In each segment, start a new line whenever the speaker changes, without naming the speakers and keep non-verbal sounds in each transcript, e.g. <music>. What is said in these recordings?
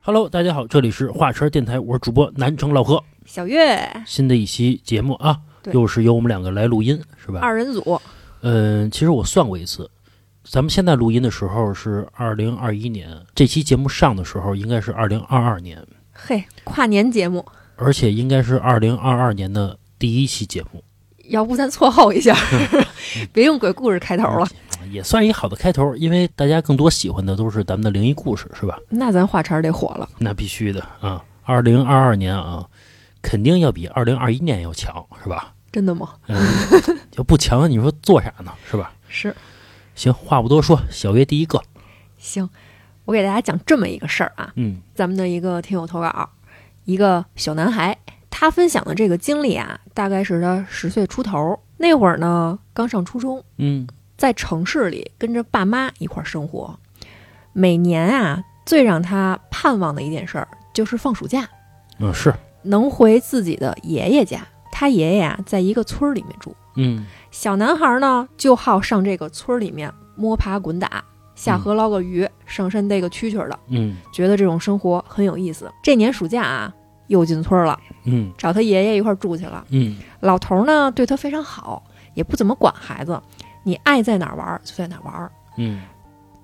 Hello，大家好，这里是华晨电台，我是主播南城老何。
小月
新的一期节目啊，
哎对
又是由我们两个来录音，是吧？
二人组，
嗯，其实我算过一次，咱们现在录音的时候是二零二一年，这期节目上的时候应该是二零二二年，
嘿，跨年节目，
而且应该是二零二二年的第一期节目，
要不咱错后一 <laughs> 下，别用鬼故事开头了。
也算一好的开头，因为大家更多喜欢的都是咱们的灵异故事，是吧？
那咱话茬儿得火了，
那必须的啊！二零二二年啊，肯定要比二零二一年要强，是吧？
真的吗？
嗯， <laughs> 要不强，你说做啥呢？是吧？
是，
行，话不多说，小月第一个，
行，我给大家讲这么一个事儿啊，
嗯
咱们的一个听友投稿，一个小男孩，他分享的这个经历啊，大概是他十岁出头那会儿呢，刚上初中，
嗯
在城市里跟着爸妈一块儿生活。每年啊，最让他盼望的一件事儿就是放暑假。
嗯，是，
能回自己的爷爷家。他爷爷啊，在一个村儿里面住。
嗯
小男孩呢，就好上这个村儿里面摸爬滚打，下河捞个鱼，上山逮个蛐蛐儿的，
嗯
觉得这种生活很有意思。这年暑假啊，又进村儿了，
嗯
找他爷爷一块儿住去了。
嗯
老头儿呢，对他非常好，也不怎么管孩子，你爱在哪儿玩儿就在哪儿玩儿。
嗯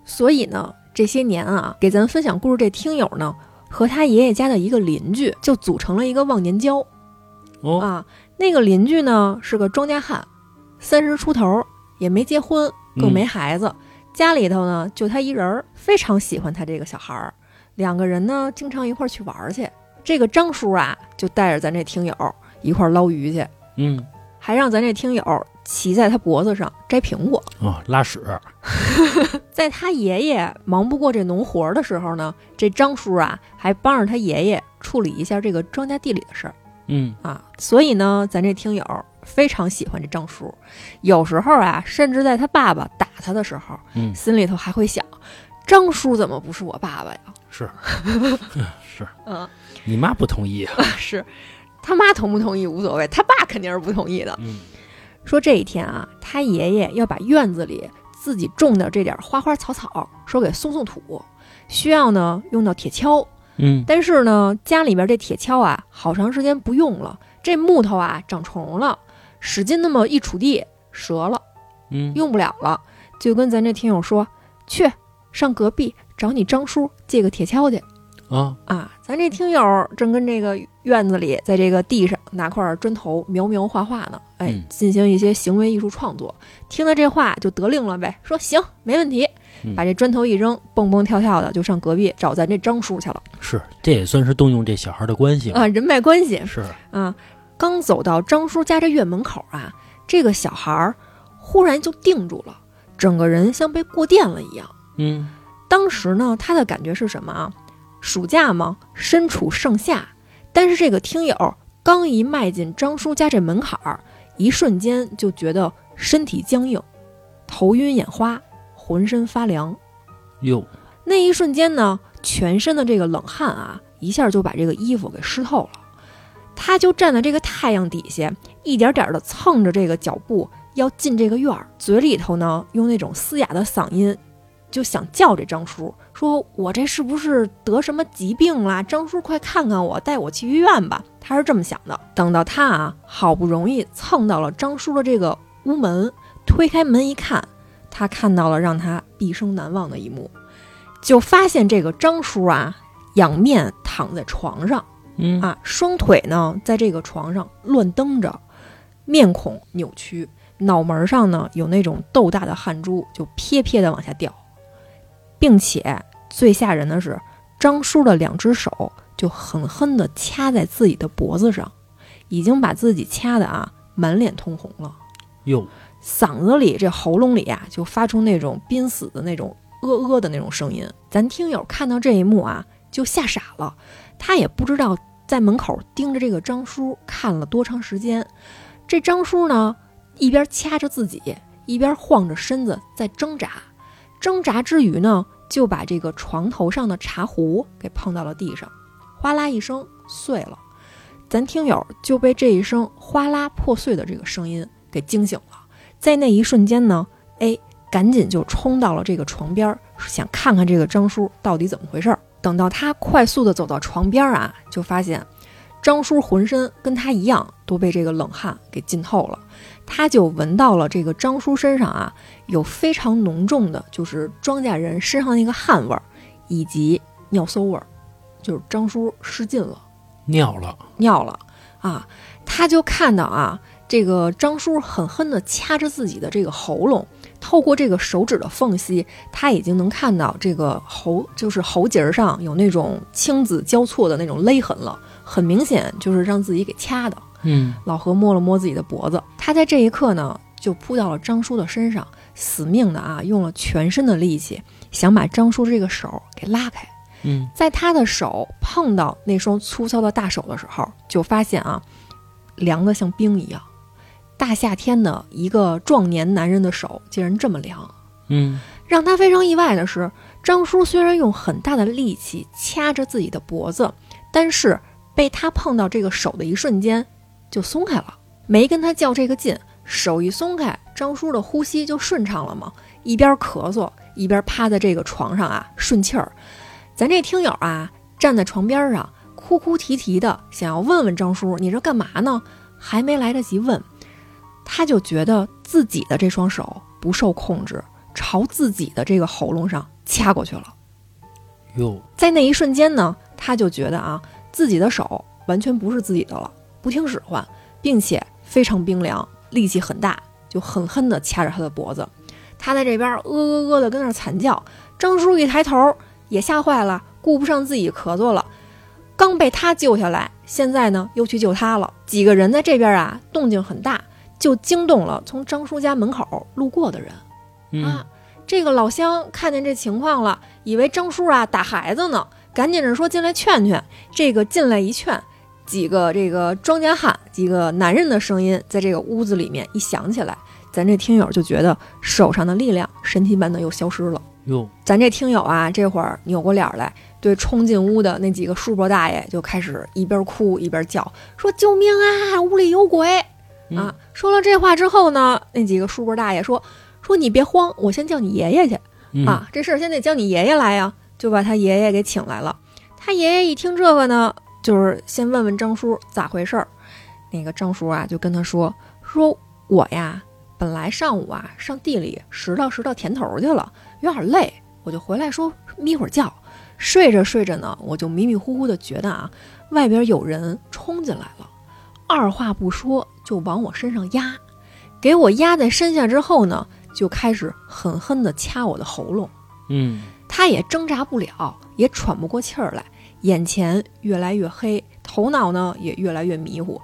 所以呢，这些年啊，给咱分享故事这听友呢，和他爷爷家的一个邻居就组成了一个忘年交。
哦，
啊，那个邻居呢是个庄稼汉，三十出头儿，也没结婚，
嗯
更没孩子，家里头呢就他一人儿，非常喜欢他这个小孩儿。两个人呢经常一块儿去玩儿去。这个张叔啊，就带着咱这听友一块儿捞鱼去，
嗯
还让咱这听友骑在他脖子上摘苹果。
哦，拉屎，
在他爷爷忙不过这农活儿的时候呢，这张叔啊还帮着他爷爷处理一下这个庄稼地里的事儿。
嗯
啊，所以呢，咱这听友非常喜欢这张叔，有时候啊，甚至在他爸爸打他的时候，
嗯
心里头还会想，张叔怎么不是我爸爸呀？ <laughs>
是是，
嗯、
你妈不同意啊，
是，他妈同不同意无所谓，他爸肯定是不同意的。
嗯
说这一天啊，他爷爷要把院子里自己种的这点花花草草，说给松松土，需要呢用到铁锹，
嗯
但是呢，家里边这铁锹啊，好长时间不用了，这木头啊长虫了，使劲那么一杵地，折了，
嗯
用不了了，就跟咱这听友说，去上隔壁找你张叔借个铁锹去
啊，
啊！咱这听友正跟这个院子里，在这个地上拿块砖头描描画画呢，哎
嗯，
进行一些行为艺术创作。听了这话就得令了呗，说行，没问题
嗯，
把这砖头一扔，蹦蹦跳跳的就上隔壁找咱这张叔去了
是，这也算是动用这小孩的关系了
啊！人脉关系
是，
啊，刚走到张叔家这院门口啊，这个小孩儿忽然就定住了，整个人像被过电了一样。
嗯
当时呢，他的感觉是什么啊？暑假嘛，身处盛夏，但是这个听友刚一迈进张叔家这门槛儿，一瞬间就觉得身体僵硬，头晕眼花，浑身发凉。
哟，
那一瞬间呢，全身的这个冷汗啊，一下就把这个衣服给湿透了。他就站在这个太阳底下，一点点的蹭着这个脚步要进这个院儿，嘴里头呢用那种嘶哑的嗓音，就想叫这张叔，说我这是不是得什么疾病啦？张叔，快看看我，带我去医院吧。他是这么想的。等到他啊，好不容易蹭到了张叔的这个屋门，推开门一看，他看到了让他毕生难忘的一幕。就发现这个张叔啊，仰面躺在床上
嗯
啊，双腿呢在这个床上乱蹬着，面孔扭曲，脑门上呢有那种豆大的汗珠，就撇撇的往下掉，并且最吓人的是，张叔的两只手就狠狠的掐在自己的脖子上，已经把自己掐的啊满脸通红了。
哟，
嗓子里这喉咙里啊，就发出那种濒死的那种呃呃的那种声音。咱听友看到这一幕啊，就吓傻了，他也不知道在门口盯着这个张叔看了多长时间。这张叔呢，一边掐着自己，一边晃着身子在挣扎，挣扎之余呢，就把这个床头上的茶壶给碰到了地上，哗啦一声碎了。咱听友就被这一声哗啦破碎的这个声音给惊醒了。在那一瞬间呢，哎，赶紧就冲到了这个床边儿，想看看这个张叔到底怎么回事儿。等到他快速的走到床边儿啊，就发现张叔浑身跟他一样都被这个冷汗给浸透了。他就闻到了这个张叔身上啊有非常浓重的，就是庄稼人身上那个汗味儿，以及尿馊味儿，就是张叔失禁了，
尿了，
尿了啊。他就看到啊，这个张叔狠狠地掐着自己的这个喉咙，透过这个手指的缝隙，他已经能看到这个喉就是喉结儿上有那种青紫交错的那种勒痕了，很明显就是让自己给掐的。
嗯，
老何摸了摸自己的脖子，他在这一刻呢，就扑到了张叔的身上，死命的啊，用了全身的力气，想把张叔这个手给拉开。
嗯，
在他的手碰到那双粗糙的大手的时候，就发现啊，凉的像冰一样。大夏天的一个壮年男人的手竟然这么凉。
嗯，
让他非常意外的是，张叔虽然用很大的力气掐着自己的脖子，但是被他碰到这个手的一瞬间就松开了，没跟他较这个劲，手一松开，张叔的呼吸就顺畅了嘛，一边咳嗽一边趴在这个床上啊顺气儿。咱这听友啊站在床边上哭哭啼啼的，想要问问张叔你这干嘛呢？还没来得及问，他就觉得自己的这双手不受控制，朝自己的这个喉咙上掐过去了。
哟，
在那一瞬间呢，他就觉得啊，自己的手完全不是自己的了，不听使唤，并且非常冰凉，力气很大，就狠狠地掐着他的脖子。他在这边呃呃呃的跟那儿惨叫。张叔一抬头也吓坏了，顾不上自己咳嗽了，刚被他救下来，现在呢又去救他了。几个人在这边啊，动静很大，就惊动了从张叔家门口路过的人。
嗯
啊，这个老乡看见这情况了，以为张叔啊打孩子呢，赶紧着说进来劝劝。这个进来一劝，几个这个庄稼汉、几个男人的声音在这个屋子里面一响起来，咱这听友就觉得手上的力量神奇般的又消失了。
哟，
咱这听友啊，这会儿扭过脸来，对冲进屋的那几个叔伯大爷就开始一边哭一边叫，说：“救命啊，屋里有鬼！”
嗯
啊，，说了这话之后呢，那几个叔伯大爷说：“说你别慌，我先叫你爷爷去
嗯，
啊，这事儿先得叫你爷爷来呀。”就把他爷爷给请来了。他爷爷一听这个呢，就是先问问张叔咋回事儿。那个张叔啊，就跟他说：“说我呀，本来上午啊上地里拾到拾到田头去了，有点累，我就回来说眯会儿觉。睡着睡着呢，我就迷迷糊糊的觉得啊，外边有人冲进来了，二话不说就往我身上压，给我压在身下之后呢，就开始狠狠的掐我的喉咙。
嗯，
他也挣扎不了，也喘不过气儿来，眼前越来越黑，头脑呢也越来越迷糊，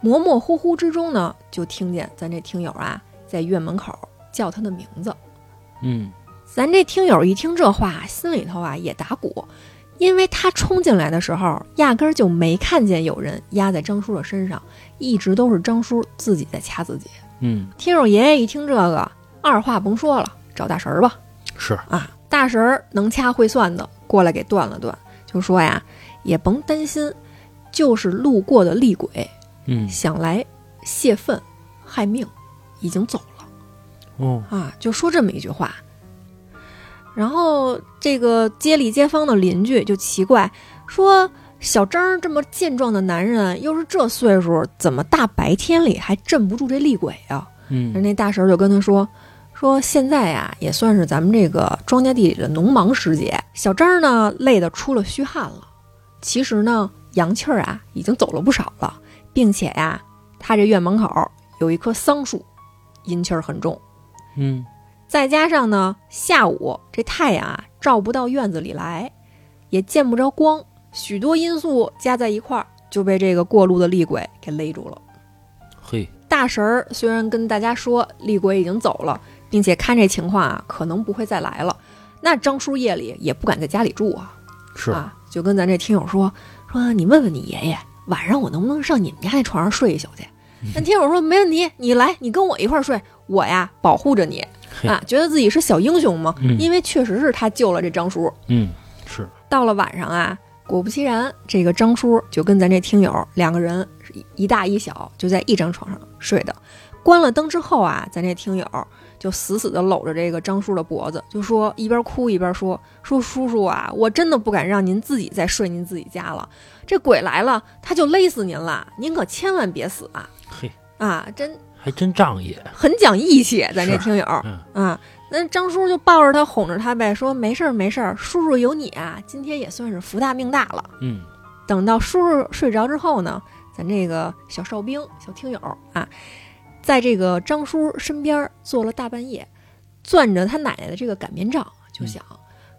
模模糊糊之中呢，就听见咱这听友啊在院门口叫他的名字。
嗯，
咱这听友一听这话，心里头啊也打鼓，因为他冲进来的时候，压根儿就没看见有人压在张叔的身上，一直都是张叔自己在掐自己。
嗯，
听友爷爷一听这个，二话甭说了，找大神儿吧。
是，
啊，大神儿能掐会算的过来给断了断，就说呀，也甭担心，就是路过的厉鬼
嗯，
想来泄愤害命，已经走了。
哦，
啊，就说这么一句话。然后这个街里街坊的邻居就奇怪，说小张儿这么健壮的男人，又是这岁数，怎么大白天里还镇不住这厉鬼啊？人
嗯，
那大婶儿就跟他说：“说现在呀、也算是咱们这个庄稼地里的农忙时节。小张儿呢，累得出了虚汗了。其实呢，阳气儿啊，已经走了不少了，并且呀、他这院门口有一棵桑树，阴气儿很重。
嗯，
再加上呢，下午这太阳啊照不到院子里来，也见不着光，许多因素加在一块儿，就被这个过路的厉鬼给勒住了。”
嘿，
大神儿虽然跟大家说厉鬼已经走了，并且看这情况啊，可能不会再来了。那张叔夜里也不敢在家里住啊，
是，
啊，就跟咱这听友说说，你问问你爷爷，晚上我能不能上你们家那床上睡一宿去？
嗯
那听友说没问题，你来，你跟我一块儿睡，我呀保护着你
嘿
啊，觉得自己是小英雄嘛，
嗯
因为确实是他救了这张叔。
嗯，是，
到了晚上啊，果不其然，这个张叔就跟咱这听友两个人是一一大一小就在一张床上睡的。关了灯之后啊，咱这听友就死死的搂着这个张叔的脖子，就说一边哭一边说：“说叔叔啊，我真的不敢让您自己再睡您自己家了，这鬼来了他就勒死您了，您可千万别死啊
嘿，！”
啊，真
还真仗义，
很讲义气，咱这
是
听友
嗯
啊。那张叔就抱着他哄着他呗，说没事儿没事儿，叔叔有你啊，今天也算是福大命大了。
嗯，
等到叔叔睡着之后呢，咱这个小哨兵、小听友啊，在这个张叔身边坐了大半夜，攥着他奶奶的这个擀面杖，
嗯
就想、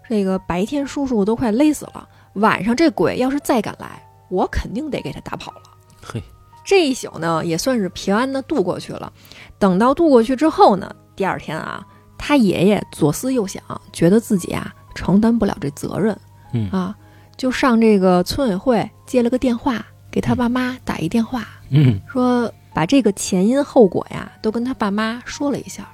这个白天叔叔都快勒死了，晚上这鬼要是再敢来，我肯定得给他打跑了。
嘿，
这一宿呢，也算是平安的度过去了。等到度过去之后呢，第二天啊，他爷爷左思右想，觉得自己啊承担不了这责任，
嗯
啊，就上这个村委会接了个电话，给他爸妈打一电话，
嗯，
说把这个前因后果呀都跟他爸妈说了一下。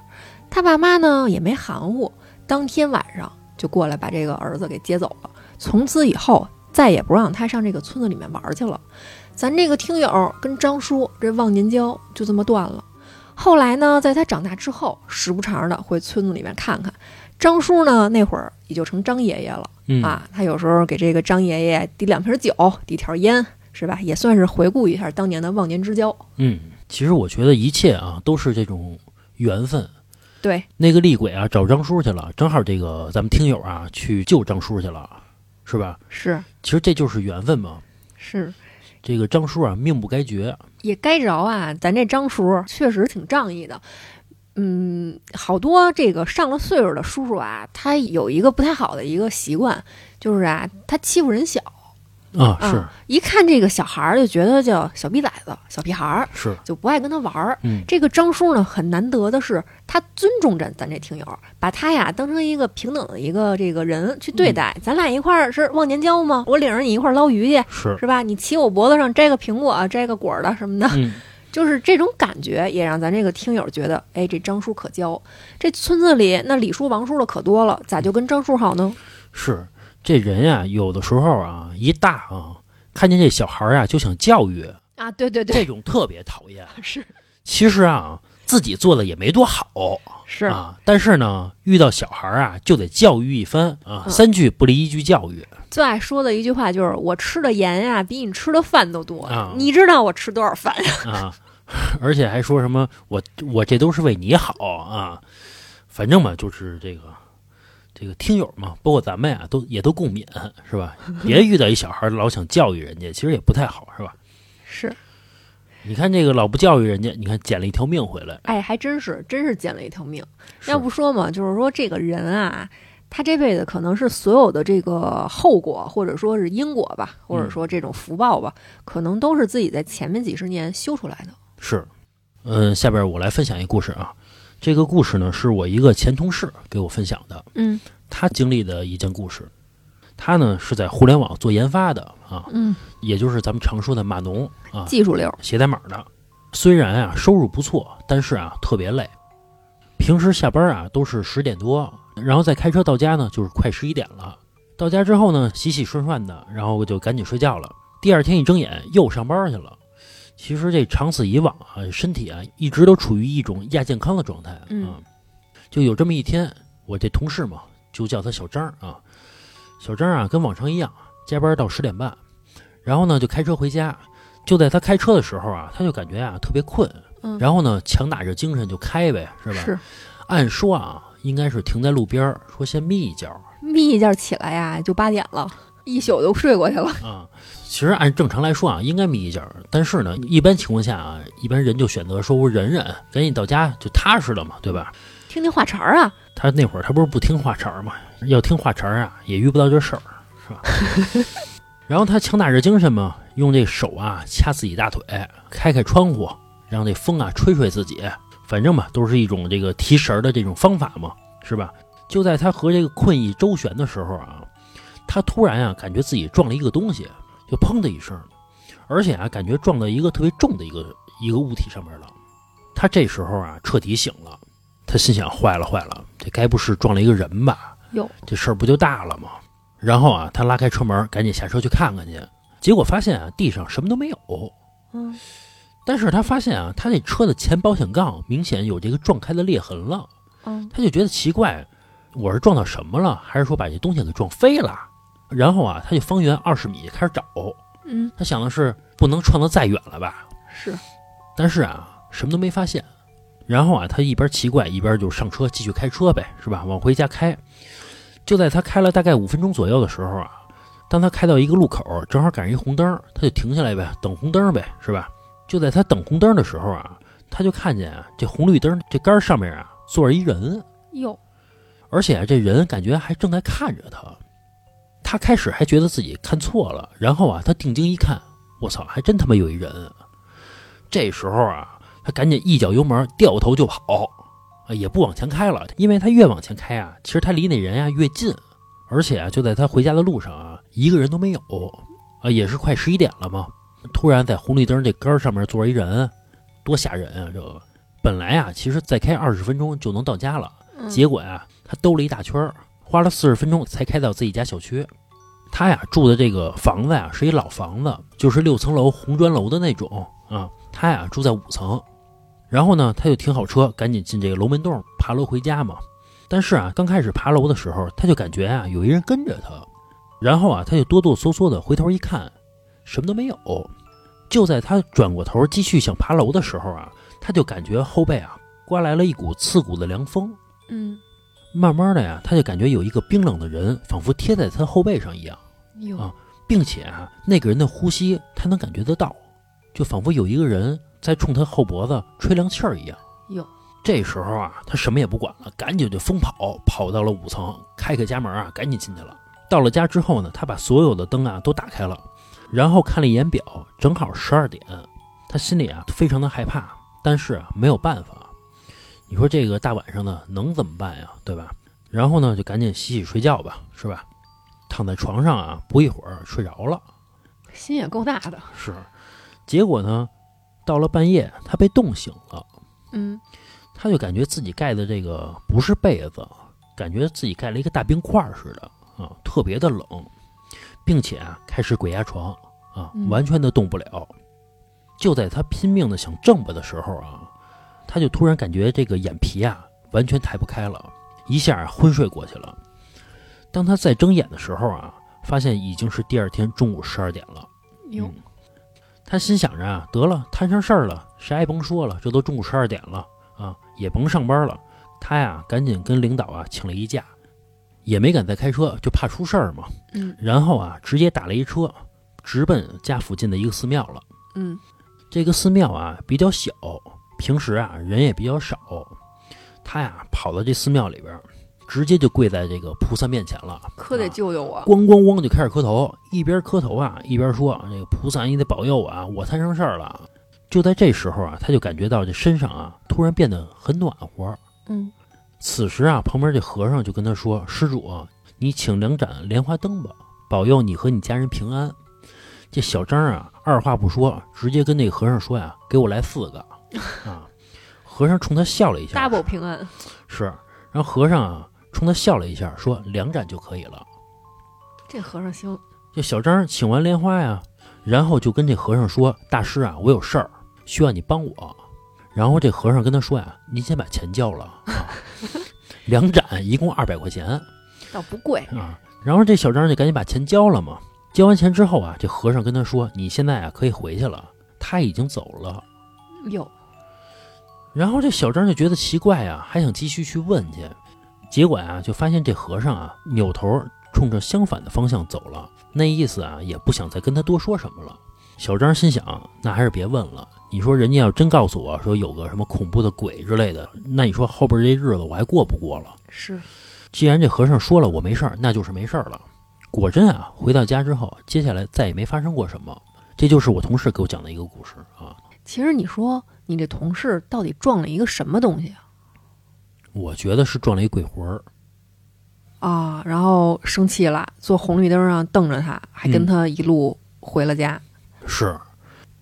他爸妈呢也没含糊，当天晚上就过来把这个儿子给接走了。从此以后，再也不让他上这个村子里面玩去了。咱这个听友跟张叔这忘年交就这么断了。后来呢，在他长大之后，时不常的回村子里面看看。张叔呢，那会儿也就成张爷爷了。
嗯，
啊，他有时候给这个张爷爷递两瓶酒， <laughs> 递条烟，是吧？也算是回顾一下当年的忘年之交。
嗯，其实我觉得一切啊都是这种缘分。
对，
那个厉鬼啊找张叔去了，正好这个咱们听友啊去救张叔去了，是吧？
是
其实这就是缘分嘛。
是，
这个张叔啊命不该绝，
也该着啊。咱这张叔确实挺仗义的。嗯，好多这个上了岁数的叔叔啊，他有一个不太好的一个习惯，就是啊，他欺负人小
啊，
啊，一看这个小孩儿就觉得叫小逼崽子、小屁孩儿，
是是，
就不爱跟他玩儿。
嗯
这个张叔呢，很难得的是，他尊重咱咱这听友，把他呀当成一个平等的一个这个人去对待。咱俩一块儿是忘年交吗？我领着你一块儿捞鱼去，
是，
是吧？你骑我脖子上摘个苹果、啊摘个果儿的什么的， <laughs>
嗯
就是这种感觉，也让咱这个听友觉得，哎，这张叔可交。这村子里那李叔、王叔的可多了，咋就跟张叔好呢？
是。这人呀、有的时候啊一大啊，看见这小孩儿啊就想教育，
啊，对对 <laughs> 对，
这种特别讨厌。 <laughs>
是
其实啊自己做的也没多好，
是、
啊，但是呢，遇到小孩儿啊，就得教育一番啊，
嗯
三句不离一句教育。
最爱说的一句话就是：“我吃的盐呀、比你吃的饭都多。
啊
你知道我吃多少饭呀？
啊， <laughs> 而且还说什么我我这都是为你好啊，反正嘛就是这个这个听友嘛，包括咱们呀、都也都共勉是吧？别遇到一小孩儿老想教育人家，其实也不太好是吧？
是，
你看这个老不教育人家，你看捡了一条命回来，
哎，还真是，真是捡了一条命。
是
要不说嘛，就是说这个人啊，他这辈子可能是所有的这个后果，或者说是因果吧，或者说这种福报吧，可能都是自己在前面几十年修出来的。
是，嗯，下边我来分享一个故事啊，这个故事呢是我一个前同事给我分享的，
嗯
他经历的一件故事。他呢是在互联网做研发的啊，
嗯，
也就是咱们常说的码农啊，
技术流，
写代码的。虽然啊收入不错，但是啊特别累。平时下班啊都是十点多，然后再开车到家呢就是快十一点了。到家之后呢洗洗涮涮的，然后我就赶紧睡觉了。第二天一睁眼又上班去了。其实这长此以往啊，身体啊一直都处于一种亚健康的状态啊。
嗯
就有这么一天，我这同事嘛，就叫他小张啊。小张啊跟往常一样加班到十点半，然后呢就开车回家。就在他开车的时候啊，他就感觉啊特别困，
嗯
然后呢强打着精神就开呗，是吧？
是
按说啊，应该是停在路边儿，说先眯一觉儿
眯一觉起来呀、就八点了，一宿都睡过去了。
啊。其实按正常来说啊，应该眯一觉儿，但是呢，一般情况下啊，一般人就选择说我忍忍，赶紧到家就踏实了嘛，对吧？
<laughs> 听听话茬儿啊，
他那会儿他不是不听话茬儿嘛，要听话茬儿啊，也遇不到这事儿，是吧？然后他强打着精神嘛，用这手啊掐自己大腿，开开窗户，让这风啊吹吹自己，反正嘛都是一种这个提神儿的这种方法嘛，是吧？就在他和这个困意周旋的时候啊，他突然啊感觉自己撞了一个东西，就砰的一声，而且啊感觉撞到一个特别重的一个一个物体上面了。他这时候啊彻底醒了，他心想：坏了坏了，这该不是撞了一个人吧？
哟，
这事儿不就大了吗？然后啊，他拉开车门，赶紧下车去看看去。结果发现啊，地上什么都没有。
嗯
但是他发现啊，他那车的前保险杠明显有这个撞开的裂痕了，
嗯
他就觉得奇怪，我是撞到什么了，还是说把这东西给撞飞了？然后啊，他就方圆二十米开始找，
嗯，
他想的是不能撞得再远了吧？
是，
但是啊，什么都没发现。然后啊，他一边奇怪一边就上车继续开车呗，是吧？往回家开。就在他开了大概五分钟左右的时候啊，当他开到一个路口，正好赶上一红灯，他就停下来呗，等红灯呗，是吧？就在他等红灯的时候啊，他就看见啊，这红绿灯这杆上面啊坐着一人，
哟，
而且这人感觉还正在看着他。他开始还觉得自己看错了，然后啊，他定睛一看，我操，还真他妈有一人。啊这时候啊，他赶紧一脚油门，掉头就跑，啊，也不往前开了，因为他越往前开啊，其实他离那人呀、越近，而且啊，就在他回家的路上啊，一个人都没有，啊，也是快十一点了嘛。突然在红绿灯这杆儿上面坐着一人，多吓人啊！这个本来啊，其实再开二十分钟就能到家了，
嗯
结果啊，他兜了一大圈儿，花了四十分钟才开到自己家小区。他呀住的这个房子啊呀是一老房子，就是六层楼红砖楼的那种啊。他呀住在五层，然后呢他就停好车，赶紧进这个楼门洞爬楼回家嘛。但是啊，刚开始爬楼的时候，他就感觉啊有一人跟着他，然后啊他就哆哆嗦嗦的回头一看，什么都没有。就在他转过头继续想爬楼的时候啊，他就感觉后背啊刮来了一股刺骨的凉风，
嗯，
慢慢的呀，他就感觉有一个冰冷的人仿佛贴在他后背上一样，
哟，
啊并且啊，那个人的呼吸他能感觉得到，就仿佛有一个人在冲他后脖子吹凉气儿一样。
哟，
这时候啊，他什么也不管了，赶紧就疯跑，跑到了五层，开开家门啊，赶紧进去了。到了家之后呢，他把所有的灯啊都打开了，然后看了一眼表，正好十二点。他心里啊非常的害怕，但是啊没有办法。你说这个大晚上的能怎么办呀，对吧？然后呢，就赶紧洗洗睡觉吧，是吧？躺在床上啊，不一会儿睡着了。
心也够大的，
是，结果呢，到了半夜，他被冻醒了。
嗯，
他就感觉自己盖的这个不是被子，感觉自己盖了一个大冰块儿似的啊，特别的冷，并且啊开始鬼压床啊
嗯，
完全的动不了。就在他拼命的想挣吧的时候啊，他就突然感觉这个眼皮啊完全抬不开了，一下昏睡过去了。当他再睁眼的时候啊，发现已经是第二天中午十二点了。
哟，
他心想着啊，得了，摊上事儿了，啥也甭说了，这都中午十二点了啊，也甭上班了。他呀，赶紧跟领导啊请了一假，也没敢再开车，就怕出事儿嘛。
嗯
然后啊，直接打了一车，直奔家附近的一个寺庙了。
嗯
这个寺庙啊比较小，平时啊人也比较少。他呀跑到这寺庙里边儿，直接就跪在这个菩萨面前了，
可得救救我，
咣咣咣就开始磕头，一边磕头啊，一边说：“那个菩萨，你得保佑我啊，我摊上事儿了。”就在这时候啊，他就感觉到这身上啊突然变得很暖和。
嗯，
此时啊，旁边这和尚就跟他说：“施主啊，你请两盏莲花灯吧，保佑你和你家人平安。”这小张啊，二话不说，直接跟那个和尚说呀：“给我来四个。”啊，和尚冲他笑了一下，
double 平安，
是，然后和尚啊冲他笑了一下，说：“两盏就可以了。”
这和尚行，
这小张请完莲花呀，然后就跟这和尚说：“大师啊，我有事儿，需要你帮我。”然后这和尚跟他说呀：“您先把钱交了啊，两盏一共二百块钱
倒不贵，
啊。”然后这小张就赶紧把钱交了嘛。交完钱之后啊，这和尚跟他说：“你现在啊可以回去了，他已经走了。
哟，”
然后这小张就觉得奇怪呀、还想继续去问去，结果啊就发现这和尚啊扭头冲着相反的方向走了，那意思啊也不想再跟他多说什么了。小张心想，那还是别问了。你说人家要真告诉我说有个什么恐怖的鬼之类的，那你说后边这日子我还过不过了？
是，
既然这和尚说了我没事儿，那就是没事儿了。果真啊，回到家之后，接下来再也没发生过什么。这就是我同事给我讲的一个故事啊。
其实你说你这同事到底撞了一个什么东西啊？
我觉得是撞了一鬼魂儿，
啊，然后生气了，坐红绿灯上瞪着他，还跟
嗯
他一路回了家。
是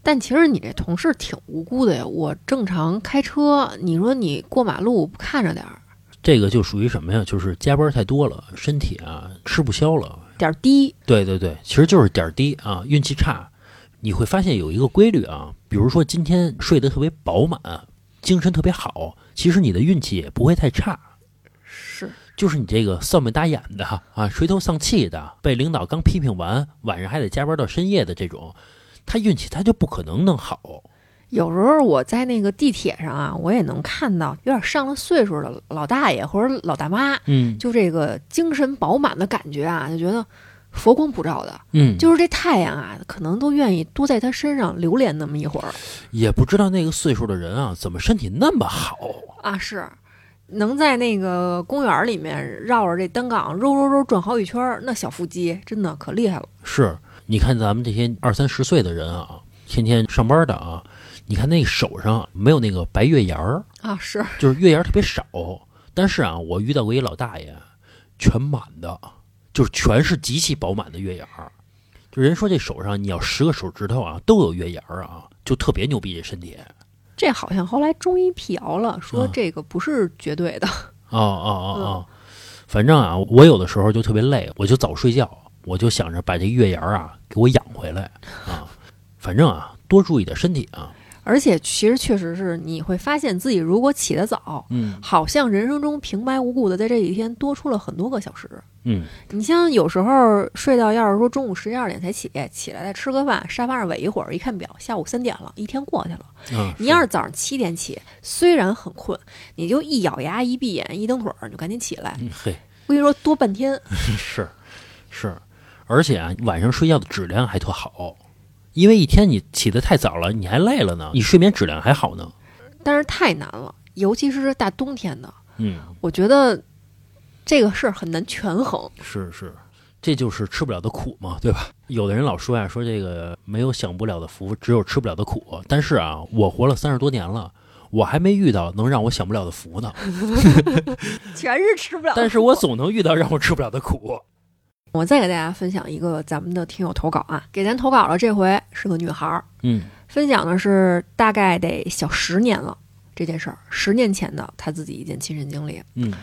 但其实你这同事挺无辜的呀。我正常开车，你说你过马路不看着点儿，
这个就属于什么呀？就是加班太多了，身体啊吃不消了。
点儿低，
对对对，其实就是点儿低啊，运气差。你会发现有一个规律啊，比如说今天睡得特别饱满，精神特别好，其实你的运气也不会太差，
是，
就是你这个丧眉打眼的啊，垂头丧气的，被领导刚批评完，晚上还得加班到深夜的这种，他运气他就不可能弄好。
有时候我在那个地铁上啊，我也能看到有点上了岁数的老大爷或者老大妈，
嗯
就这个精神饱满的感觉啊，就觉得佛光普照的，
嗯，
就是这太阳啊，可能都愿意多在他身上留恋那么一会儿
也不知道那个岁数的人啊，怎么身体那么好。
啊，是。能在那个公园里面绕着这单杠揉揉揉转好几圈儿，那小腹肌真的可厉害了。
是，你看咱们这些二三十岁的人啊，天天上班的啊，你看那手上没有那个白月牙儿，
啊，是
就是月牙儿特别少。但是啊，我遇到过一老大爷，全满的，就是全是极其饱满的月牙儿。就人说这手上你要十个手指头啊，都有月牙儿啊，就特别牛逼这身体。
这好像后来中医辟谣了，说
嗯
这个不是绝对的。 <laughs>
哦哦哦哦，反正啊，我有的时候就特别累，我就早睡觉，我就想着把这月牙儿啊给我养回来啊。反正啊，多注意点身体啊。
而且其实确实是，你会发现自己如果起得早，
嗯
好像人生中平白无故的在这几天多出了很多个小时。
嗯，
你像有时候睡到要是说中午十一二点才起，起来再吃个饭，沙发上萎一会儿，一看表，下午三点了，一天过去了。
啊
嗯你要是早上七点起，虽然很困，你就一咬牙、一闭眼、一蹬腿儿，你就赶紧起来。
嗯嘿，
我跟你说，多半天。
是是，而且啊，晚上睡觉的质量还特好，因为一天你起得太早了，你还累了呢，你睡眠质量还好呢。
但是太难了，尤其是大冬天的，
嗯，
我觉得这个事儿很难权衡。
是是，这就是吃不了的苦嘛，对吧？有的人老说呀、说这个没有享不了的福，只有吃不了的苦。但是啊，我活了三十多年了。我还没遇到能让我享不了的福
<laughs>
呢，
<laughs> 全是吃不了的
但是我总能遇到让我吃不了的苦。
我再给大家分享一个咱们的听友投稿啊，给咱投稿了，这回是个女孩儿，
嗯
分享的是大概得小十年了这件事儿，十年前的她自己一件亲身经历。
嗯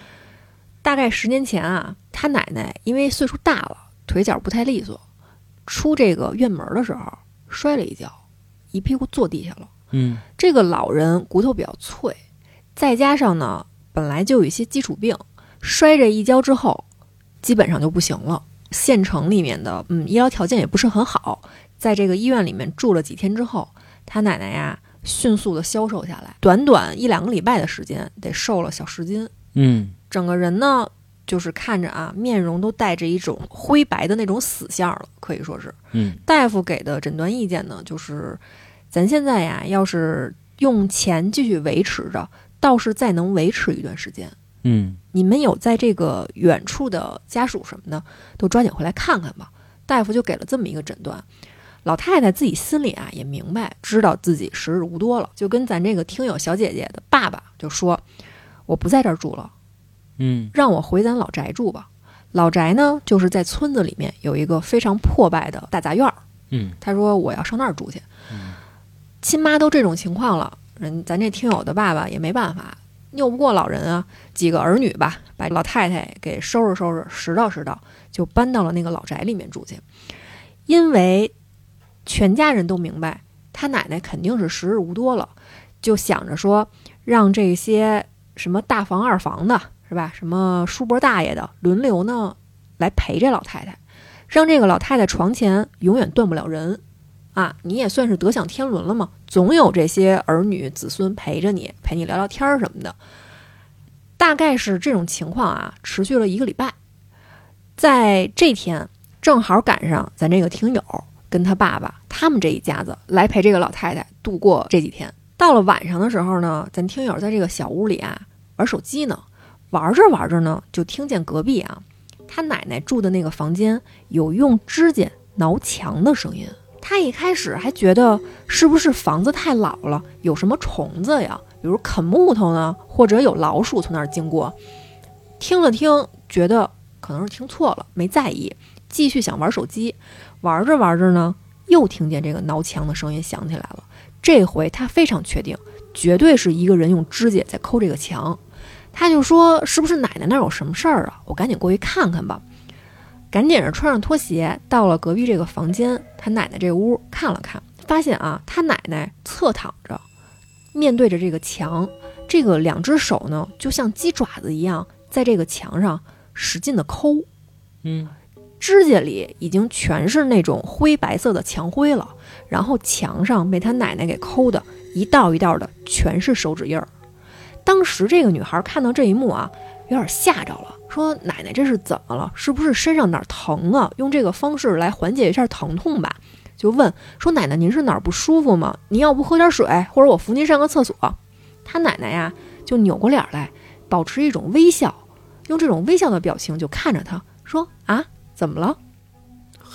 大概十年前啊，她奶奶因为岁数大了，腿脚不太利索，出这个院门的时候摔了一跤，一屁股坐地下了。
嗯
这个老人骨头比较脆，再加上呢本来就有一些基础病，摔这一跤之后，基本上就不行了。县城里面的嗯医疗条件也不是很好，在这个医院里面住了几天之后，他奶奶呀迅速的消瘦下来，短短一两个礼拜的时间，得瘦了小十斤，
嗯
整个人呢就是看着啊面容都带着一种灰白的那种死相了，可以说是。
嗯
大夫给的诊断意见呢，就是咱现在呀，要是用钱继续维持着，倒是再能维持一段时间。
嗯
你们有在这个远处的家属什么的，都抓紧回来看看吧。大夫就给了这么一个诊断。老太太自己心里啊也明白，知道自己时日无多了，就跟咱这个听友小姐姐的爸爸就说：“我不在这儿住了，
嗯
让我回咱老宅住吧。”老宅呢，就是在村子里面有一个非常破败的大杂院儿。
嗯
他说我要上那儿住去。亲妈都这种情况了，人咱这听友的爸爸也没办法，拗不过老人啊，几个儿女吧，把老太太给收拾收拾，拾掇拾掇，就搬到了那个老宅里面住去。因为全家人都明白，他奶奶肯定是时日无多了，就想着说让这些什么大房二房的，是吧？什么叔伯大爷的轮流呢来陪这老太太。让这个老太太床前永远断不了人，啊，你也算是得享天伦了嘛，总有这些儿女子孙陪着你，陪你聊聊天儿什么的。大概是这种情况啊，持续了一个礼拜，在这天正好赶上咱这个听友跟他爸爸他们这一家子来陪这个老太太度过这几天。到了晚上的时候呢，咱听友在这个小屋里啊玩手机呢，玩着玩着呢，就听见隔壁啊他奶奶住的那个房间有用指甲挠墙的声音。他一开始还觉得是不是房子太老了，有什么虫子呀，比如啃木头呢，或者有老鼠从那儿经过。听了听，觉得可能是听错了，没在意，继续想玩手机。玩着玩着呢，又听见这个挠墙的声音响起来了。这回他非常确定，绝对是一个人用指甲在抠这个墙。他就说：“是不是奶奶那儿有什么事儿啊？我赶紧过去看看吧。”赶紧是穿上拖鞋，到了隔壁这个房间，他奶奶这屋看了看，发现啊，他奶奶侧躺着，面对着这个墙，这个两只手呢，就像鸡爪子一样，在这个墙上使劲的抠，
嗯，
指甲里已经全是那种灰白色的墙灰了，然后墙上被他奶奶给抠的一道一道的全是手指印儿。当时这个女孩看到这一幕啊，有点吓着了，说：“奶奶这是怎么了？是不是身上哪儿疼啊？用这个方式来缓解一下疼痛吧。”就问说：“奶奶，您是哪儿不舒服吗？您要不喝点水，或者我扶您上个厕所？”他奶奶呀，就扭过脸来，保持一种微笑，用这种微笑的表情就看着他说：“啊，怎么了？”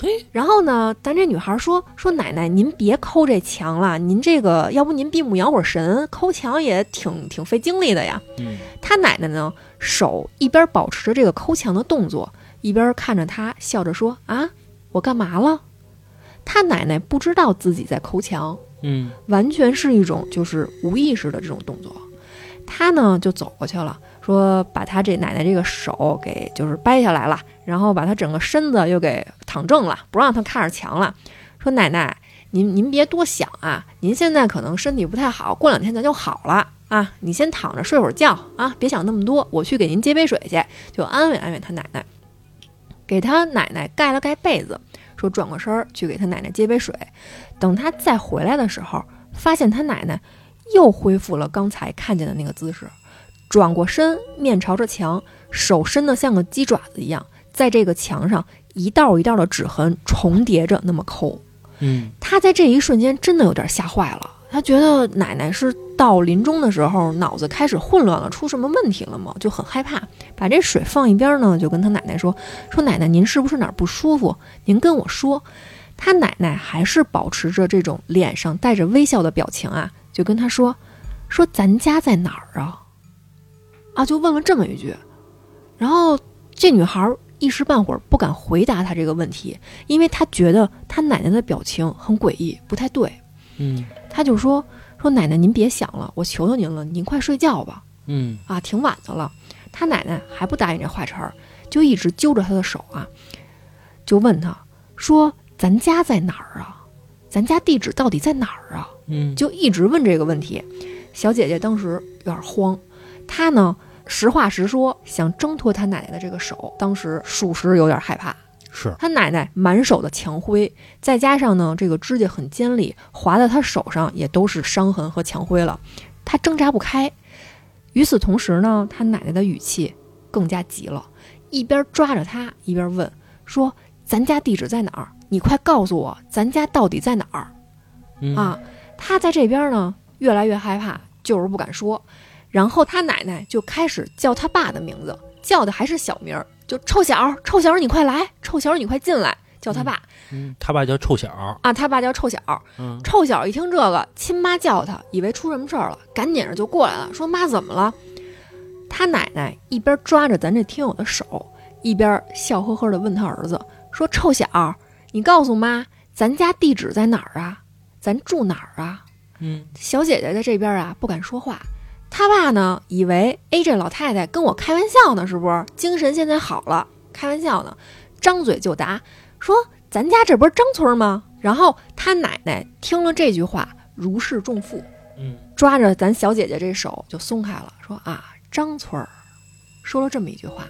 嘿，
然后呢，咱这女孩说说奶奶，您别抠这墙了，您这个要不您闭目养会儿神，抠墙也挺挺费精力的呀。
嗯，
他奶奶呢，手一边保持着这个抠墙的动作，一边看着他笑着说：“啊，我干嘛了？”他奶奶不知道自己在抠墙，
嗯，
完全是一种就是无意识的这种动作。他呢就走过去了，说把他这奶奶这个手给就是掰下来了，然后把他整个身子又给躺正了，不让他看着墙了，说奶奶。您您别多想啊，您现在可能身体不太好，过两天咱就好了啊。你先躺着睡会儿觉啊，别想那么多，我去给您接杯水去，就安慰安慰他奶奶，给他奶奶盖了盖被子，说转过身儿去给他奶奶接杯水。等他再回来的时候，发现他奶奶又恢复了刚才看见的那个姿势，转过身，面朝着墙，手伸得像个鸡爪子一样，在这个墙上一道一道的指痕重叠着那么抠。
嗯，
他在这一瞬间真的有点吓坏了，他觉得奶奶是到临终的时候脑子开始混乱了，出什么问题了吗？就很害怕，把这水放一边呢，就跟他奶奶说：“说奶奶，您是不是哪儿不舒服？您跟我说。”他奶奶还是保持着这种脸上带着微笑的表情啊，就跟他说：“说咱家在哪儿啊？”啊，就问了这么一句，然后这女孩一时半会儿不敢回答他这个问题，因为他觉得他奶奶的表情很诡异，不太对。
嗯，
他就说：“说奶奶，您别想了，我求求您了，您快睡觉吧。
嗯，
啊，挺晚的了。”他奶奶还不答应这话茬儿，就一直揪着他的手啊，就问他说：“咱家在哪儿啊？咱家地址到底在哪儿啊？”
嗯，
就一直问这个问题。小姐姐当时有点慌，她呢实话实说，想挣脱她奶奶的这个手，当时属实有点害怕。
是，
她奶奶满手的墙灰，再加上呢这个指甲很尖利，划在她手上也都是伤痕和墙灰了，她挣扎不开。与此同时呢，她奶奶的语气更加急了，一边抓着她，一边问说：“咱家地址在哪儿？你快告诉我，咱家到底在哪儿？”
嗯，
啊，他在这边呢越来越害怕，就是不敢说。然后他奶奶就开始叫他爸的名字，叫的还是小名儿，就臭小儿，臭小儿你快来，臭小儿你快进来，叫他爸、
嗯他爸叫臭小儿，
啊。他爸叫臭小儿，
嗯，
臭小儿一听这个亲妈叫他，以为出什么事儿了，赶紧着就过来了，说妈怎么了？他奶奶一边抓着咱这听友的手，一边笑呵呵的问他儿子说：“臭小儿，你告诉妈，咱家地址在哪儿啊？咱住哪儿啊？”
嗯，
小姐姐在这边啊不敢说话，她爸呢以为哎这老太太跟我开玩笑呢，是不是？精神现在好了，开玩笑呢，张嘴就答说咱家这不是张村吗？然后他奶奶听了这句话如释重负，
嗯，
抓着咱小姐姐这手就松开了，说啊张村儿，说了这么一句话。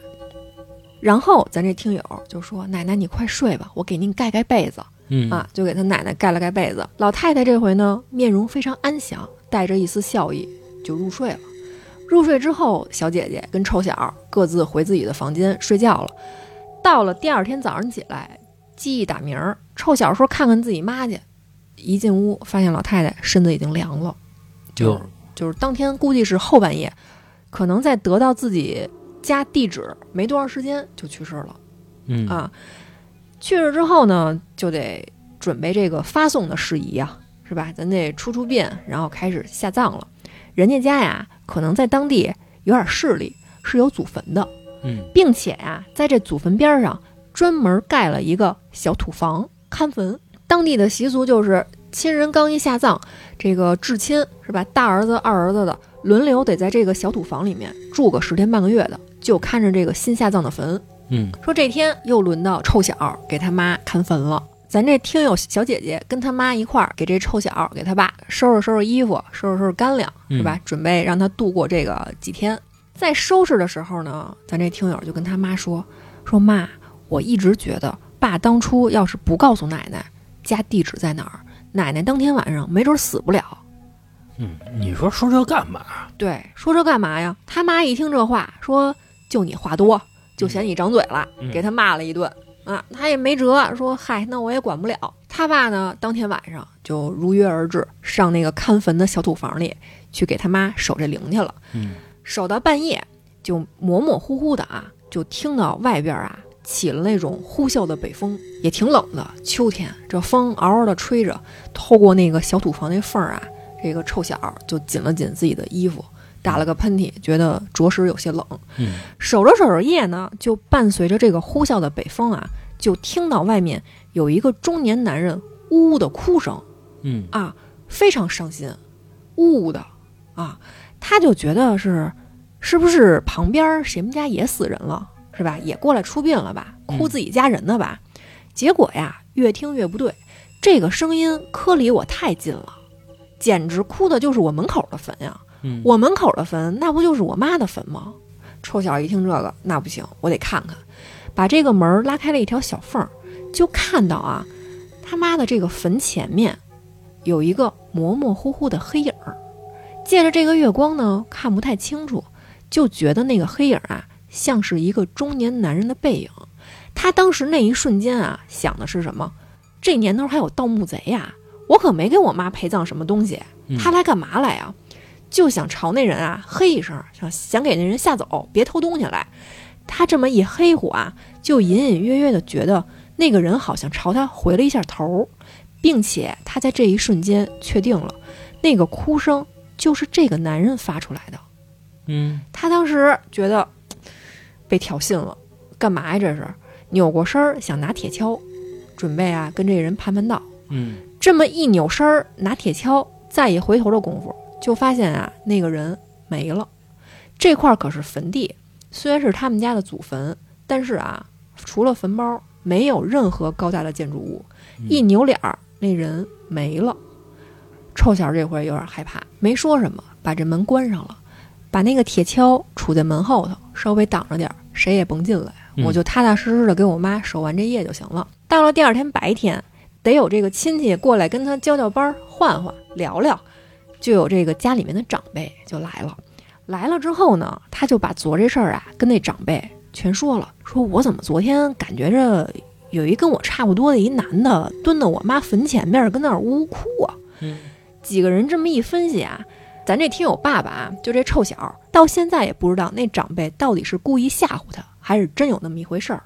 然后咱这听友就说：“奶奶，你快睡吧，我给您盖盖被子。”
嗯，
啊，就给他奶奶盖了盖被子。老太太这回呢，面容非常安详，带着一丝笑意就入睡了。入睡之后，小姐姐跟臭小儿各自回自己的房间睡觉了。到了第二天早上起来，记忆打鸣儿，臭小儿说看看自己妈去。一进屋，发现老太太身子已经凉了，就
就是
就是当天估计是后半夜，可能在得到自己家地址没多长时间就去世了。
嗯，
啊，去了之后呢，就得准备这个发送的事宜啊，是吧？咱得出出殡，然后开始下葬了。人家家呀，可能在当地有点势力，是有祖坟的，
嗯，
并且呀、在这祖坟边上专门盖了一个小土房看坟。当地的习俗就是，亲人刚一下葬，这个至亲是吧，大儿子、二儿子的轮流得在这个小土房里面住个十天半个月的，就看着这个新下葬的坟。
嗯，
说这天又轮到臭小儿给他妈看坟了。咱这听友小姐姐跟她妈一块儿给这臭小给他爸收拾收拾衣服，收拾收拾干粮，
嗯
是吧？准备让他度过这个几天。在收拾的时候呢，咱这听友就跟他妈说：“说妈，我一直觉得爸当初要是不告诉奶奶家地址在哪儿，奶奶当天晚上没准死不了。”
嗯，你说说这干嘛？
对，说这干嘛呀？他妈一听这话，说就你话多，就嫌你长嘴了，
嗯
给他骂了一顿啊。他也没辙，说嗨，那我也管不了。他爸呢，当天晚上就如约而至，上那个看坟的小土房里去给他妈守这灵去了。
嗯
守到半夜，就模模糊糊的啊，就听到外边啊起了那种呼啸的北风，也挺冷的，秋天这风嗷嗷的吹着，透过那个小土房那缝儿啊，这个臭小儿就紧了紧自己的衣服，打了个喷嚏，觉得着实有些冷。
嗯
守着守着夜呢，就伴随着这个呼啸的北风啊，就听到外面有一个中年男人呜呜的哭声。
嗯
啊，非常伤心，呜呜的啊，他就觉得是是不是旁边谁们家也死人了，是吧？也过来出殡了吧？哭
嗯
自己家人的吧？结果呀，越听越不对，这个声音磕离我太近了，简直哭的就是我门口的坟呀！
嗯，
我门口的坟，那不就是我妈的坟吗？臭小子一听这个，那不行，我得看看，把这个门儿拉开了一条小缝儿，就看到啊，他妈的这个坟前面有一个模模糊糊的黑影儿，借着这个月光呢，看不太清楚，就觉得那个黑影儿啊，像是一个中年男人的背影。他当时那一瞬间啊，想的是什么？这年头还有盗墓贼呀、我可没给我妈陪葬什么东西，
嗯
他来干嘛来啊？就想朝那人啊嘿一声，想想给那人吓走，别偷东西来。他这么一嘿呼啊，就隐隐约约的觉得那个人好像朝他回了一下头，并且他在这一瞬间确定了，那个哭声就是这个男人发出来的。
嗯
他当时觉得被挑衅了，干嘛呀？这是扭过身儿想拿铁锹，准备啊跟这人盘盘道。
嗯
这么一扭身儿拿铁锹，再一回头的功夫，就发现啊那个人没了。这块儿可是坟地，虽然是他们家的祖坟，但是啊除了坟包，没有任何高大的建筑物。
嗯
一扭脸儿，那人没了。臭小子这回有点害怕，没说什么，把这门关上了，把那个铁锹杵在门后头，稍微挡着点儿，谁也甭进来。
嗯
我就踏踏实实的给我妈守完这夜就行了。到了第二天白天，得有这个亲戚过来跟他交交班儿、换换、聊聊，就有这个家里面的长辈就来了。来了之后呢，他就把昨这事儿啊跟那长辈全说了，说我怎么昨天感觉着有一跟我差不多的一男的蹲到我妈坟前面儿跟那儿呜呜哭啊。
嗯
几个人这么一分析啊，咱这听友爸爸啊，就这臭小儿，到现在也不知道那长辈到底是故意吓唬他，还是真有那么一回事儿。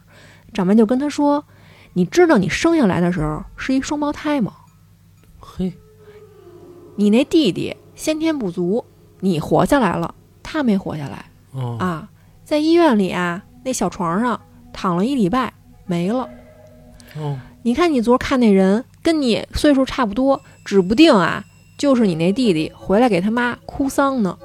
长辈就跟他说：“你知道你生下来的时候是一双胞胎吗？
嘿，
你那弟弟先天不足，你活下来了，他没活下来
哦，
啊，在医院里啊，那小床上躺了一礼拜，没了。”
哦，
你看你昨儿看那人跟你岁数差不多，指不定啊就是你那弟弟回来给他妈哭丧呢。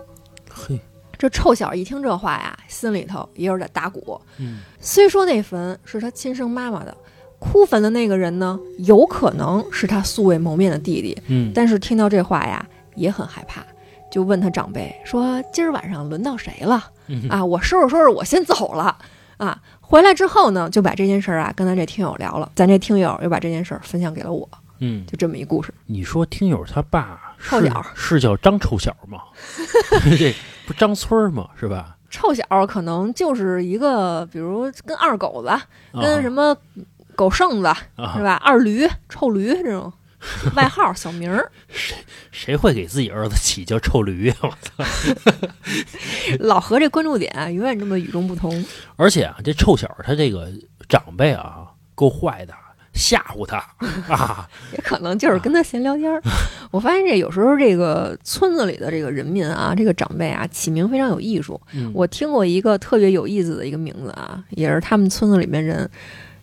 嘿，
这臭小子一听这话呀，心里头也有点打鼓。
嗯
虽说那坟是他亲生妈妈的，哭坟的那个人呢，有可能是他素未谋面的弟弟，
嗯，
但是听到这话呀，也很害怕，就问他长辈说：“今儿晚上轮到谁了？”
嗯
啊，我收拾收拾，我先走了啊。回来之后呢，就把这件事儿啊跟咱这听友聊了，咱这听友又把这件事儿分享给了我，
嗯，
就这么一故事。
你说听友他爸
臭
是
小儿
是叫张臭小儿吗？ <laughs> 这不张村儿吗？是吧？
臭小儿可能就是一个，比如跟二狗子、
啊
跟什么狗剩子、是
啊？
吧？二驴、臭驴这种外号小名
<laughs>
儿，
谁会给自己儿子起叫臭驴？啊我操！
老何这关注点啊永远这么与众不同。
而且啊，这臭小儿他这个长辈啊，够坏的，吓唬他啊。
也可能就是跟他闲聊天儿。 <laughs> 我发现这有时候这个村子里的这个人民啊，这个长辈啊，起名非常有艺术。
嗯
我听过一个特别有意思的一个名字啊，也是他们村子里面人，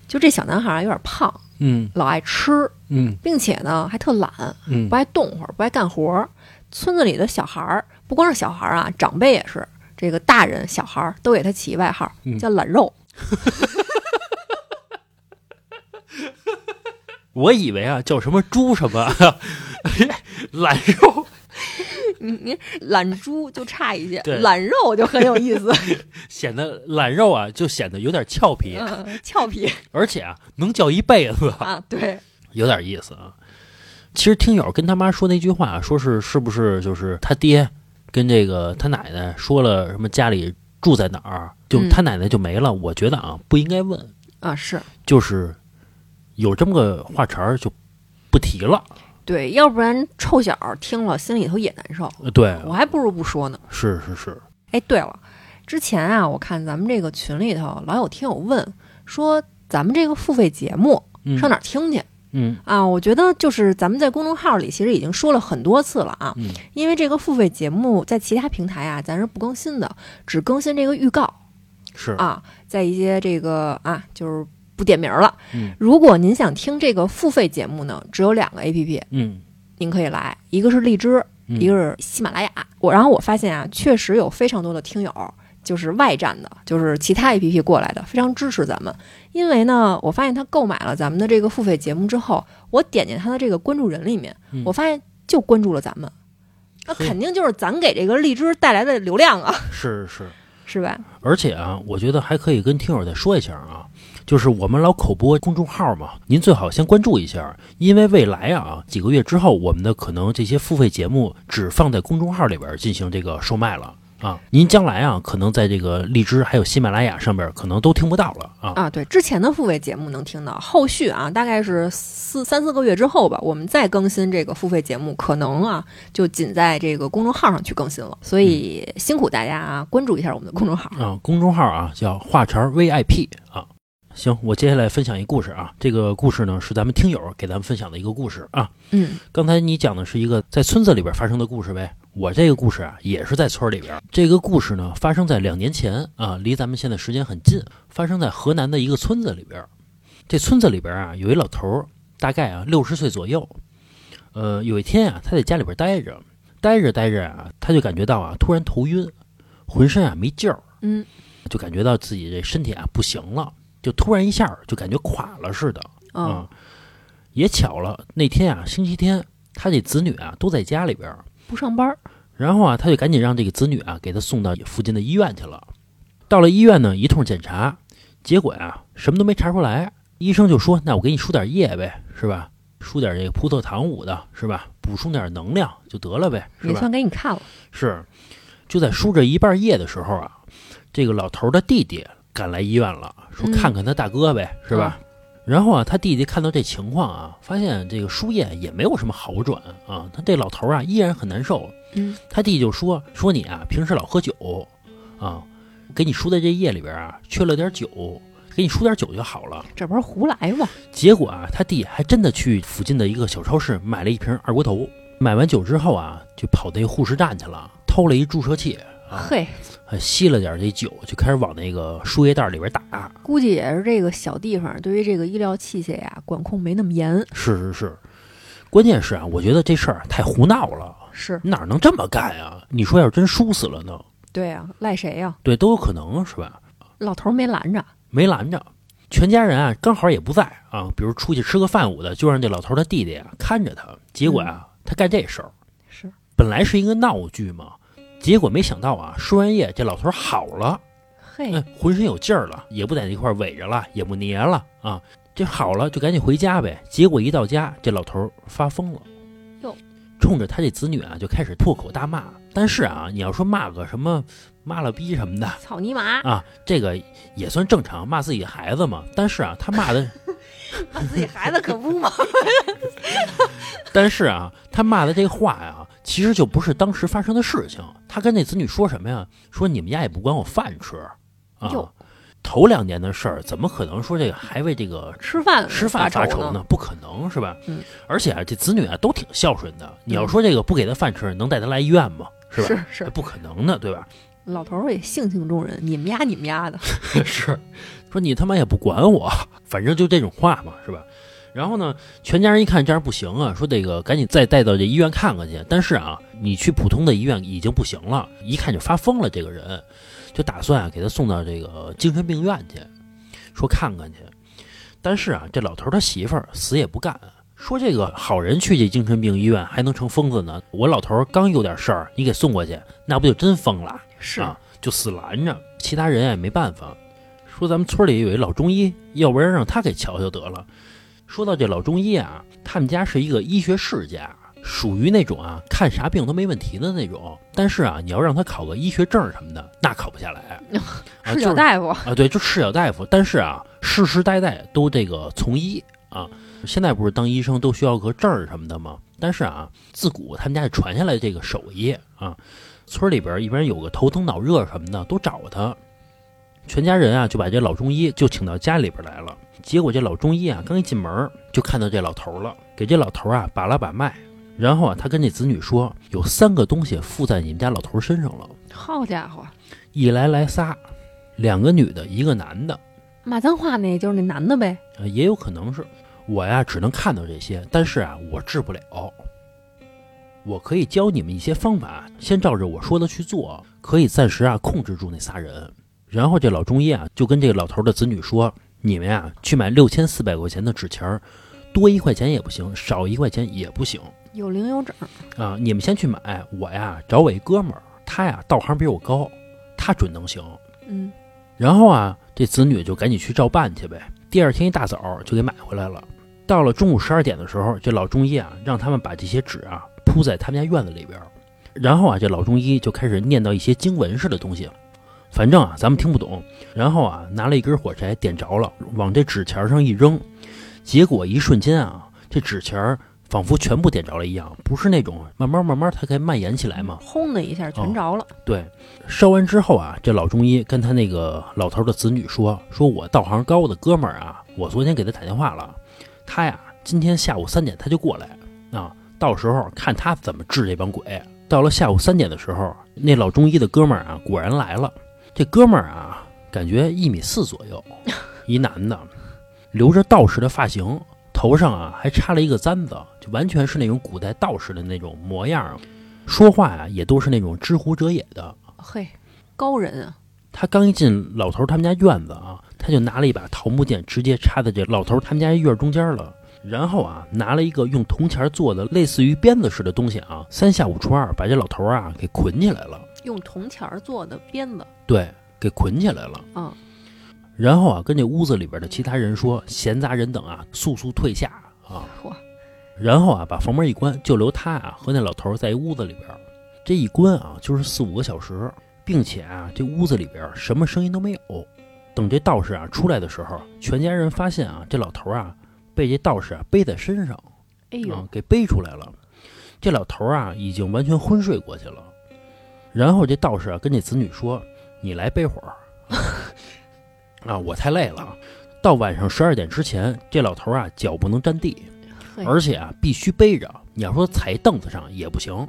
就这小男孩儿有点胖，
嗯
老爱吃，
嗯
并且呢还特懒，
嗯
不爱动会儿，不爱干活儿。村子里的小孩儿，不光是小孩儿啊，长辈也是，这个大人小孩儿都给他起一外号
嗯
叫“懒肉”。
我以为啊叫什么猪什么 <laughs> 懒肉，
<laughs> 你你懒猪就差一些
对，
懒肉就很有意思，
显得懒肉啊就显得有点俏皮，
嗯 <laughs> 俏皮
而且啊能叫一辈子，
啊，对，
有点意思啊。其实听友跟他妈说那句话，说是是不是就是他爹跟这个他奶奶说了什么家里住在哪儿，就
嗯
他奶奶就没了。我觉得啊不应该问，
啊是。
就是有这么个话茬儿就不提了。
对，要不然臭小儿听了心里头也难受，
呃对，
我还不如不说呢。
是是是，
哎，对了，之前啊，我看咱们这个群里头老有听友问说，咱们这个付费节目
嗯
上哪儿听去、
嗯
啊？我觉得就是咱们在公众号里其实已经说了很多次了啊，
嗯
因为这个付费节目在其他平台啊，咱是不更新的，只更新这个预告。
是
啊，在一些这个啊，就是不点名儿了。
嗯
如果您想听这个付费节目呢，只有两个 A P P，
嗯
您可以来，一个是荔枝，
嗯
一个是喜马拉雅。我然后我发现啊，确实有非常多的听友。就是外站的，就是其他 A P P 过来的，非常支持咱们。因为呢，我发现他购买了咱们的这个付费节目之后，我点进他的这个关注人里面，
嗯
我发现就关注了咱们，那
嘿
肯定就是咱给这个荔枝带来的流量啊，
是是，
是吧？
而且啊，我觉得还可以跟听友再说一下啊，就是我们老口播公众号嘛，您最好先关注一下，因为未来啊几个月之后，我们的可能这些付费节目只放在公众号里边进行这个售卖了。啊，您将来啊，可能在这个荔枝还有喜马拉雅上边，可能都听不到了啊。
啊，对，之前的付费节目能听到，后续啊，大概是四三四个月之后吧，我们再更新这个付费节目，可能啊，就仅在这个公众号上去更新了。所以辛苦大家啊，关注一下我们的公众号。
啊，公众号啊叫话茬儿 VIP 啊。行，我接下来分享一故事啊，这个故事呢是咱们听友给咱们分享的一个故事啊。
嗯
刚才你讲的是一个在村子里边发生的故事呗，我这个故事啊也是在村里边。这个故事呢发生在两年前啊，离咱们现在时间很近，发生在河南的一个村子里边。这村子里边啊有一老头儿，大概啊六十岁左右。呃，有一天啊，他在家里边待着，待着待着啊，他就感觉到啊突然头晕，浑身啊没劲儿，
嗯
就感觉到自己这身体啊不行了，就突然一下儿就感觉垮了似的。
啊，
啊，也巧了，那天啊，星期天，他这子女啊都在家里边儿，
不上班儿
然后啊，他就赶紧让这个子女啊给他送到附近的医院去了。到了医院呢，一通检查，结果啊什么都没查出来。医生就说：“那我给你输点液呗，是吧？输点这个葡萄糖五的，是吧？补充点能量就得了呗，是
也
吧？”
算给你看了。
是，就在输着一半夜的时候啊，这个老头儿的弟弟赶来医院了，说
嗯
看看他大哥呗，是吧？然后啊，他弟弟看到这情况啊，发现这个输液也没有什么好转啊，他这老头儿啊依然很难受。
嗯
他弟弟就说说你啊，平时老喝酒啊，给你输在这液里边啊缺了点酒，给你输点酒就好了。
这不是胡来吗？
结果啊，他弟还真的去附近的一个小超市买了一瓶二锅头。买完酒之后啊，就跑那护士站去了，偷了一注射器，啊，
嘿，
还吸了点这酒，就开始往那个输液袋里边打。
估计也是这个小地方对于这个医疗器械呀、管控没那么严。
是是是，关键是啊，我觉得这事儿太胡闹了，
是
哪能这么干呀、你说要是真输死了呢？
对啊，赖谁呀、
对，都有可能是吧？
老头儿没拦着。
没拦着，全家人啊刚好也不在啊，比如出去吃个饭午的，就让这老头他弟弟啊看着他。结果啊，他干这事儿。
是
本来是一个闹剧嘛，结果没想到啊，输完液这老头儿好了，
嘿，
哎，浑身有劲儿了，也不在那块儿围着了，也不黏了啊，这好了就赶紧回家呗。结果一到家，这老头儿发疯了，
哟，
冲着他这子女啊就开始破口大骂。但是啊，你要说骂个什么骂了逼什么的
草泥马，
啊，这个也算正常，骂自己孩子嘛。但是啊，他骂的， <laughs>
把自己孩子可不嘛。
但是啊，他骂的这话呀，其实就不是当时发生的事情。他跟那子女说什么呀？说你们家也不管我饭吃啊
哟。
头两年的事儿，怎么可能说这个还为这个
<laughs> 吃饭
吃饭发
愁
愁呢？不可能是吧？
嗯。
而且啊，这子女啊都挺孝顺的。你要说这个不给他饭吃，能带他来医院吗？是吧？哎
是是
不可能的，对吧？
老头儿也性情中人，你们家你们
<laughs>
家的，
是，说你他妈也不管我，反正就这种话嘛，是吧？然后呢，全家人一看这样不行啊，说这个赶紧再带到这医院看看去。但是啊，你去普通的医院已经不行了，一看就发疯了，这个人就打算啊给他送到这个精神病院去，说看看去。但是啊，这老头儿他媳妇儿死也不干，说这个好人去这精神病医院还能成疯子呢？我老头儿刚有点事儿，你给送过去，那不就真疯了？
是
啊，就死拦着，其他人也没办法。说咱们村里有一老中医，要不然让他给瞧瞧得了。说到这老中医啊，他们家是一个医学世家，属于那种啊看啥病都没问题的那种。但是啊，你要让他考个医学证什么的，那考不下来。啊
赤
<laughs>
脚
就是
大夫，
啊，对，就赤脚大夫。但是啊，世世代代都这个从医啊。现在不是当医生都需要个证儿什么的吗？但是啊，自古他们家就传下来这个手艺啊。村里边儿一般有个头疼脑热什么的，都找他。全家人啊，就把这老中医就请到家里边来了。结果这老中医啊，刚一进门儿就看到这老头儿了，给这老头儿啊把了把脉，然后啊，他跟这子女说，有三个东西附在你们家老头儿身上了，
好家伙，
一来来仨，两个女的，一个男的。
骂脏话那就是那男的呗。
呃，也有可能是我呀，只能看到这些，但是啊，我治不了。我可以教你们一些方法，先照着我说的去做，可以暂时啊控制住那仨人。然后这老中医啊，就跟这个老头的子女说：“你们呀，去买六千四百块钱的纸钱儿，多一块钱也不行，少一块钱也不行
有零有整，
啊！你们先去买，我呀找我一哥们儿，他呀道行比我高，他准能行。”
嗯，
然后啊，这子女就赶紧去照办去呗。第二天一大早就给买回来了。到了中午十二点的时候，这老中医啊，让他们把这些纸啊铺在他们家院子里边儿。然后啊，这老中医就开始念叨一些经文似的东西，反正啊咱们听不懂。然后啊，拿了一根火柴点着了，往这纸钱儿上一扔，结果一瞬间啊，这纸钱儿仿佛全部点着了一样，不是那种慢慢慢慢它该蔓延起来哦吗？
轰的一下全着了。
对，烧完之后啊，这老中医跟他那个老头的子女说：“说我道行高的哥们儿啊，我昨天给他打电话了，他呀今天下午三点他就过来啊，到时候看他怎么治这帮鬼。”到了下午三点的时候，那老中医的哥们儿啊果然来了。这哥们儿啊，感觉一米四左右，一男的，留着道士的发型，头上啊还插了一个簪子，就完全是那种古代道士的那种模样儿。说话呀、也都是那种知乎者也的。
嘿，高人啊，
他刚一进老头儿他们家院子啊，他就拿了一把桃木剑，直接插在这老头儿他们家院中间了。然后啊，拿了一个用铜钱做的类似于鞭子似的东西啊，三下五除二把这老头儿啊给捆起来了。
用铜钱儿做的鞭子，
对，给捆起来了。
嗯，
然后啊，跟这屋子里边的其他人说，闲杂人等啊，速速退下啊。
嚯，
然后啊，把房门一关，就留他啊和那老头儿在一屋子里边儿。这一关啊，就是四五个小时，并且啊，这屋子里边儿什么声音都没有。等这道士啊出来的时候，全家人发现啊，这老头儿啊被这道士啊背在身上，
哎
啊、
呦，
给背出来了。这老头儿啊已经完全昏睡过去了。然后这道士啊跟这子女说：“你来背会儿。” <laughs> 啊，我太累了。到晚上十二点之前，这老头儿啊脚不能沾地，
嘿，
而且啊必须背着。你要说踩凳子上也不行。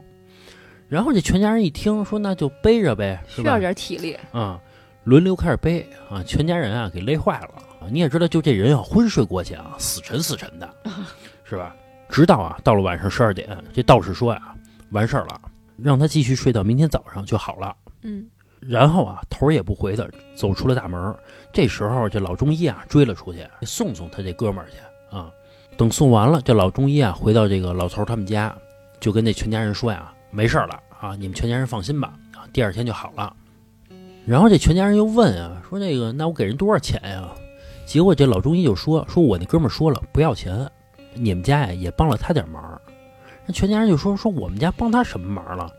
然后这全家人一听说，那就背着呗，是
需
吧
要？点体力，
啊，轮流开始背啊，全家人啊给累坏了。啊你也知道，就这人要昏睡过去啊，死沉死沉的，是吧？直到啊到了晚上十二点，这道士说啊，完事儿了，让他继续睡到明天早上就好了。
嗯，
然后啊，头儿也不回的走出了大门儿。这时候，这老中医啊追了出去，送送他这哥们儿去啊。等送完了，这老中医啊回到这个老头儿他们家，就跟那全家人说呀：“没事儿了啊，你们全家人放心吧，啊，第二天就好了。”然后这全家人又问啊，说那个那我给人多少钱呀？结果这老中医就说：“说我那哥们儿说了不要钱，你们家呀也帮了他点忙儿。”那全家人就说：“说我们家帮他什么忙了？”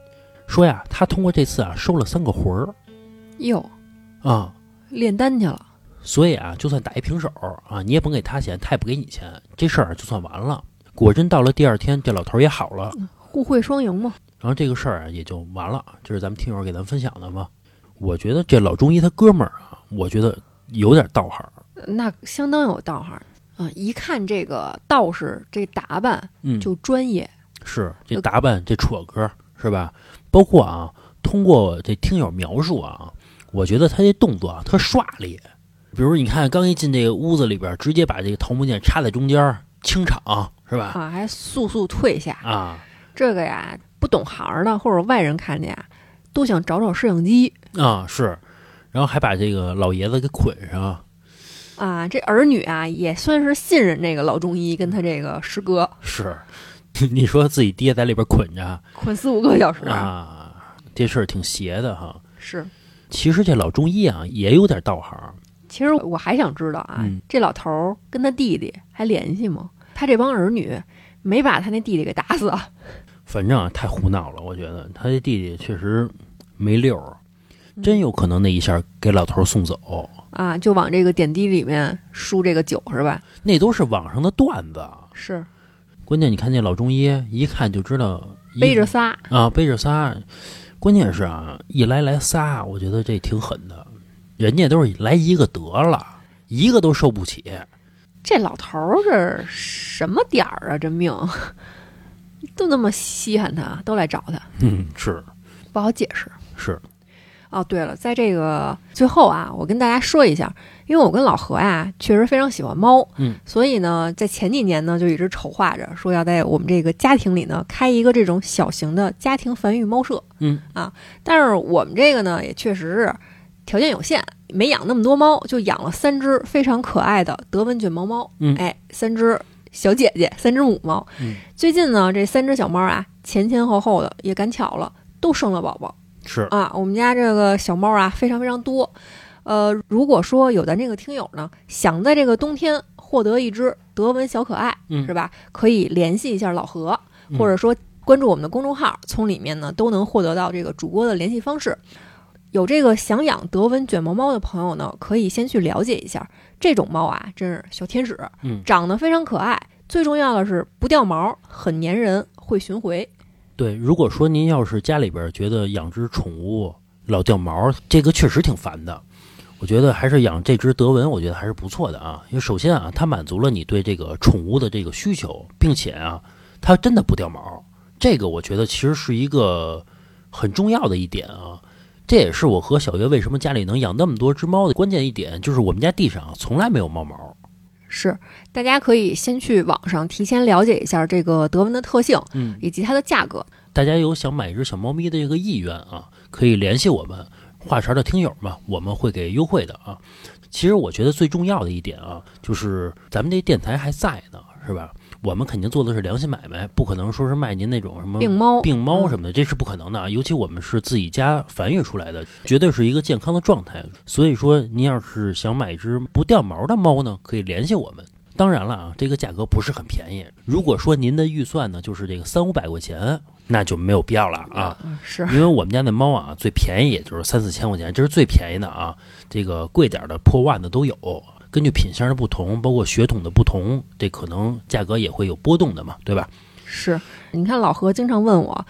说呀，他通过这次啊收了三个魂儿。
哟，
啊、
炼丹去了，
所以啊，就算打一平手啊，你也甭给他钱，他也不给你钱，这事儿就算完了。果真到了第二天，这老头儿也好了，
互惠双赢嘛。
然后这个事儿啊也就完了。这是咱们听友给咱分享的嘛。我觉得这老中医他哥们儿啊，我觉得有点道行儿。
那相当有道行儿啊！一看这个道士这打扮
嗯，
就专业，
是这
就
打扮，这扯歌是吧？包括啊，通过这听友描述啊，我觉得他这动作啊特帅力。比如你看，刚一进这个屋子里边儿，直接把这个桃木剑插在中间儿，清场是吧？
啊，还速速退下。
啊
这个呀，不懂行儿的或者外人看见啊，都想找找摄像机。
啊是，然后还把这个老爷子给捆上，
啊，这儿女啊也算是信任这个老中医跟他这个师哥，
是， <laughs> 你说自己爹在里边捆着
捆四五个小时，
啊，这事儿挺邪的哈。
是。
其实这老中医啊也有点道行，
其实我还想知道啊，
嗯
这老头儿跟他弟弟还联系吗？他这帮儿女没把他那弟弟给打死啊？
反正啊太胡闹了，我觉得他这弟弟确实没溜儿，
嗯
真有可能那一下给老头儿送走，
啊，就往这个点滴里面输这个酒是吧？
那都是网上的段子。啊
是
关键你看那老中医一看就知道一
背着仨，
啊，背着仨，关键是啊，一来来仨，我觉得这挺狠的，人家都是来一个得了，一个都受不起。
这老头儿这什么点儿啊？这命 <laughs> 都那么稀罕他，都来找他，
嗯，是
不好解释。
是，
哦，对了，在这个最后啊，我跟大家说一下，因为我跟老何啊，确实非常喜欢猫，
嗯，
所以呢，在前几年呢，就一直筹划着说要在我们这个家庭里呢开一个这种小型的家庭繁育猫舍，
嗯
啊，但是我们这个呢，也确实是条件有限，没养那么多猫，就养了三只非常可爱的德文卷毛猫，
嗯
哎，三只小姐姐，三只母猫，
嗯
最近呢，这三只小猫啊，前前后后的也赶巧了，都生了宝宝。
是，
啊，我们家这个小猫啊非常非常多。呃，如果说有咱这个听友呢，想在这个冬天获得一只德文小可爱，
嗯
是吧？可以联系一下老何，
嗯
或者说关注我们的公众号，从里面呢都能获得到这个主播的联系方式。有这个想养德文卷毛猫的朋友呢，可以先去了解一下这种猫啊，真是小天使，
嗯
长得非常可爱，最重要的是不掉毛，很粘人，会巡回。
对。如果说您要是家里边觉得养只宠物老掉毛，这个确实挺烦的。我觉得还是养这只德文，我觉得还是不错的啊。因为首先啊，它满足了你对这个宠物的这个需求，并且啊，它真的不掉毛，这个我觉得其实是一个很重要的一点啊。这也是我和小月为什么家里能养那么多只猫的关键一点，就是我们家地上啊从来没有猫毛。
是，大家可以先去网上提前了解一下这个德文的特性
嗯，
以及它的价格。
大家有想买一只小猫咪的这个意愿啊，可以联系我们话茬的听友嘛，我们会给优惠的啊。其实我觉得最重要的一点啊，就是咱们这电台还在呢，是吧？我们肯定做的是良心买卖，不可能说是卖您那种什么
病猫，
嗯
嗯
病猫什么的，这是不可能的啊。尤其我们是自己家繁育出来的，绝对是一个健康的状态。所以说，您要是想买一只不掉毛的猫呢，可以联系我们。当然了啊，这个价格不是很便宜。如果说您的预算呢，就是这个三五百块钱，那就没有必要了啊。
嗯是
<laughs> 因为我们家那猫啊，最便宜也就是三四千块钱，这是最便宜的啊。这个贵点儿的破万的都有，根据品相的不同，包括血统的不同，这可能价格也会有波动的嘛，对吧？
是。你看老何经常问我，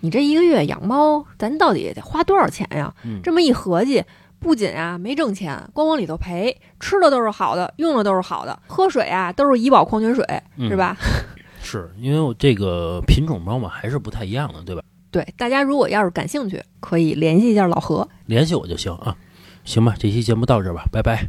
你这一个月养猫，咱到底得花多少钱呀？
嗯
这么一合计，不仅啊没挣钱，光往里头赔，吃的都是好的，用的都是好的，喝水啊都是怡宝矿泉水，
嗯
是吧？ <laughs>
是因为我这个品种猫嘛，还是不太一样的，对吧？
对，大家如果要是感兴趣，可以联系一下老何。
联系我就行啊。行吧，这期节目到这儿吧，拜拜。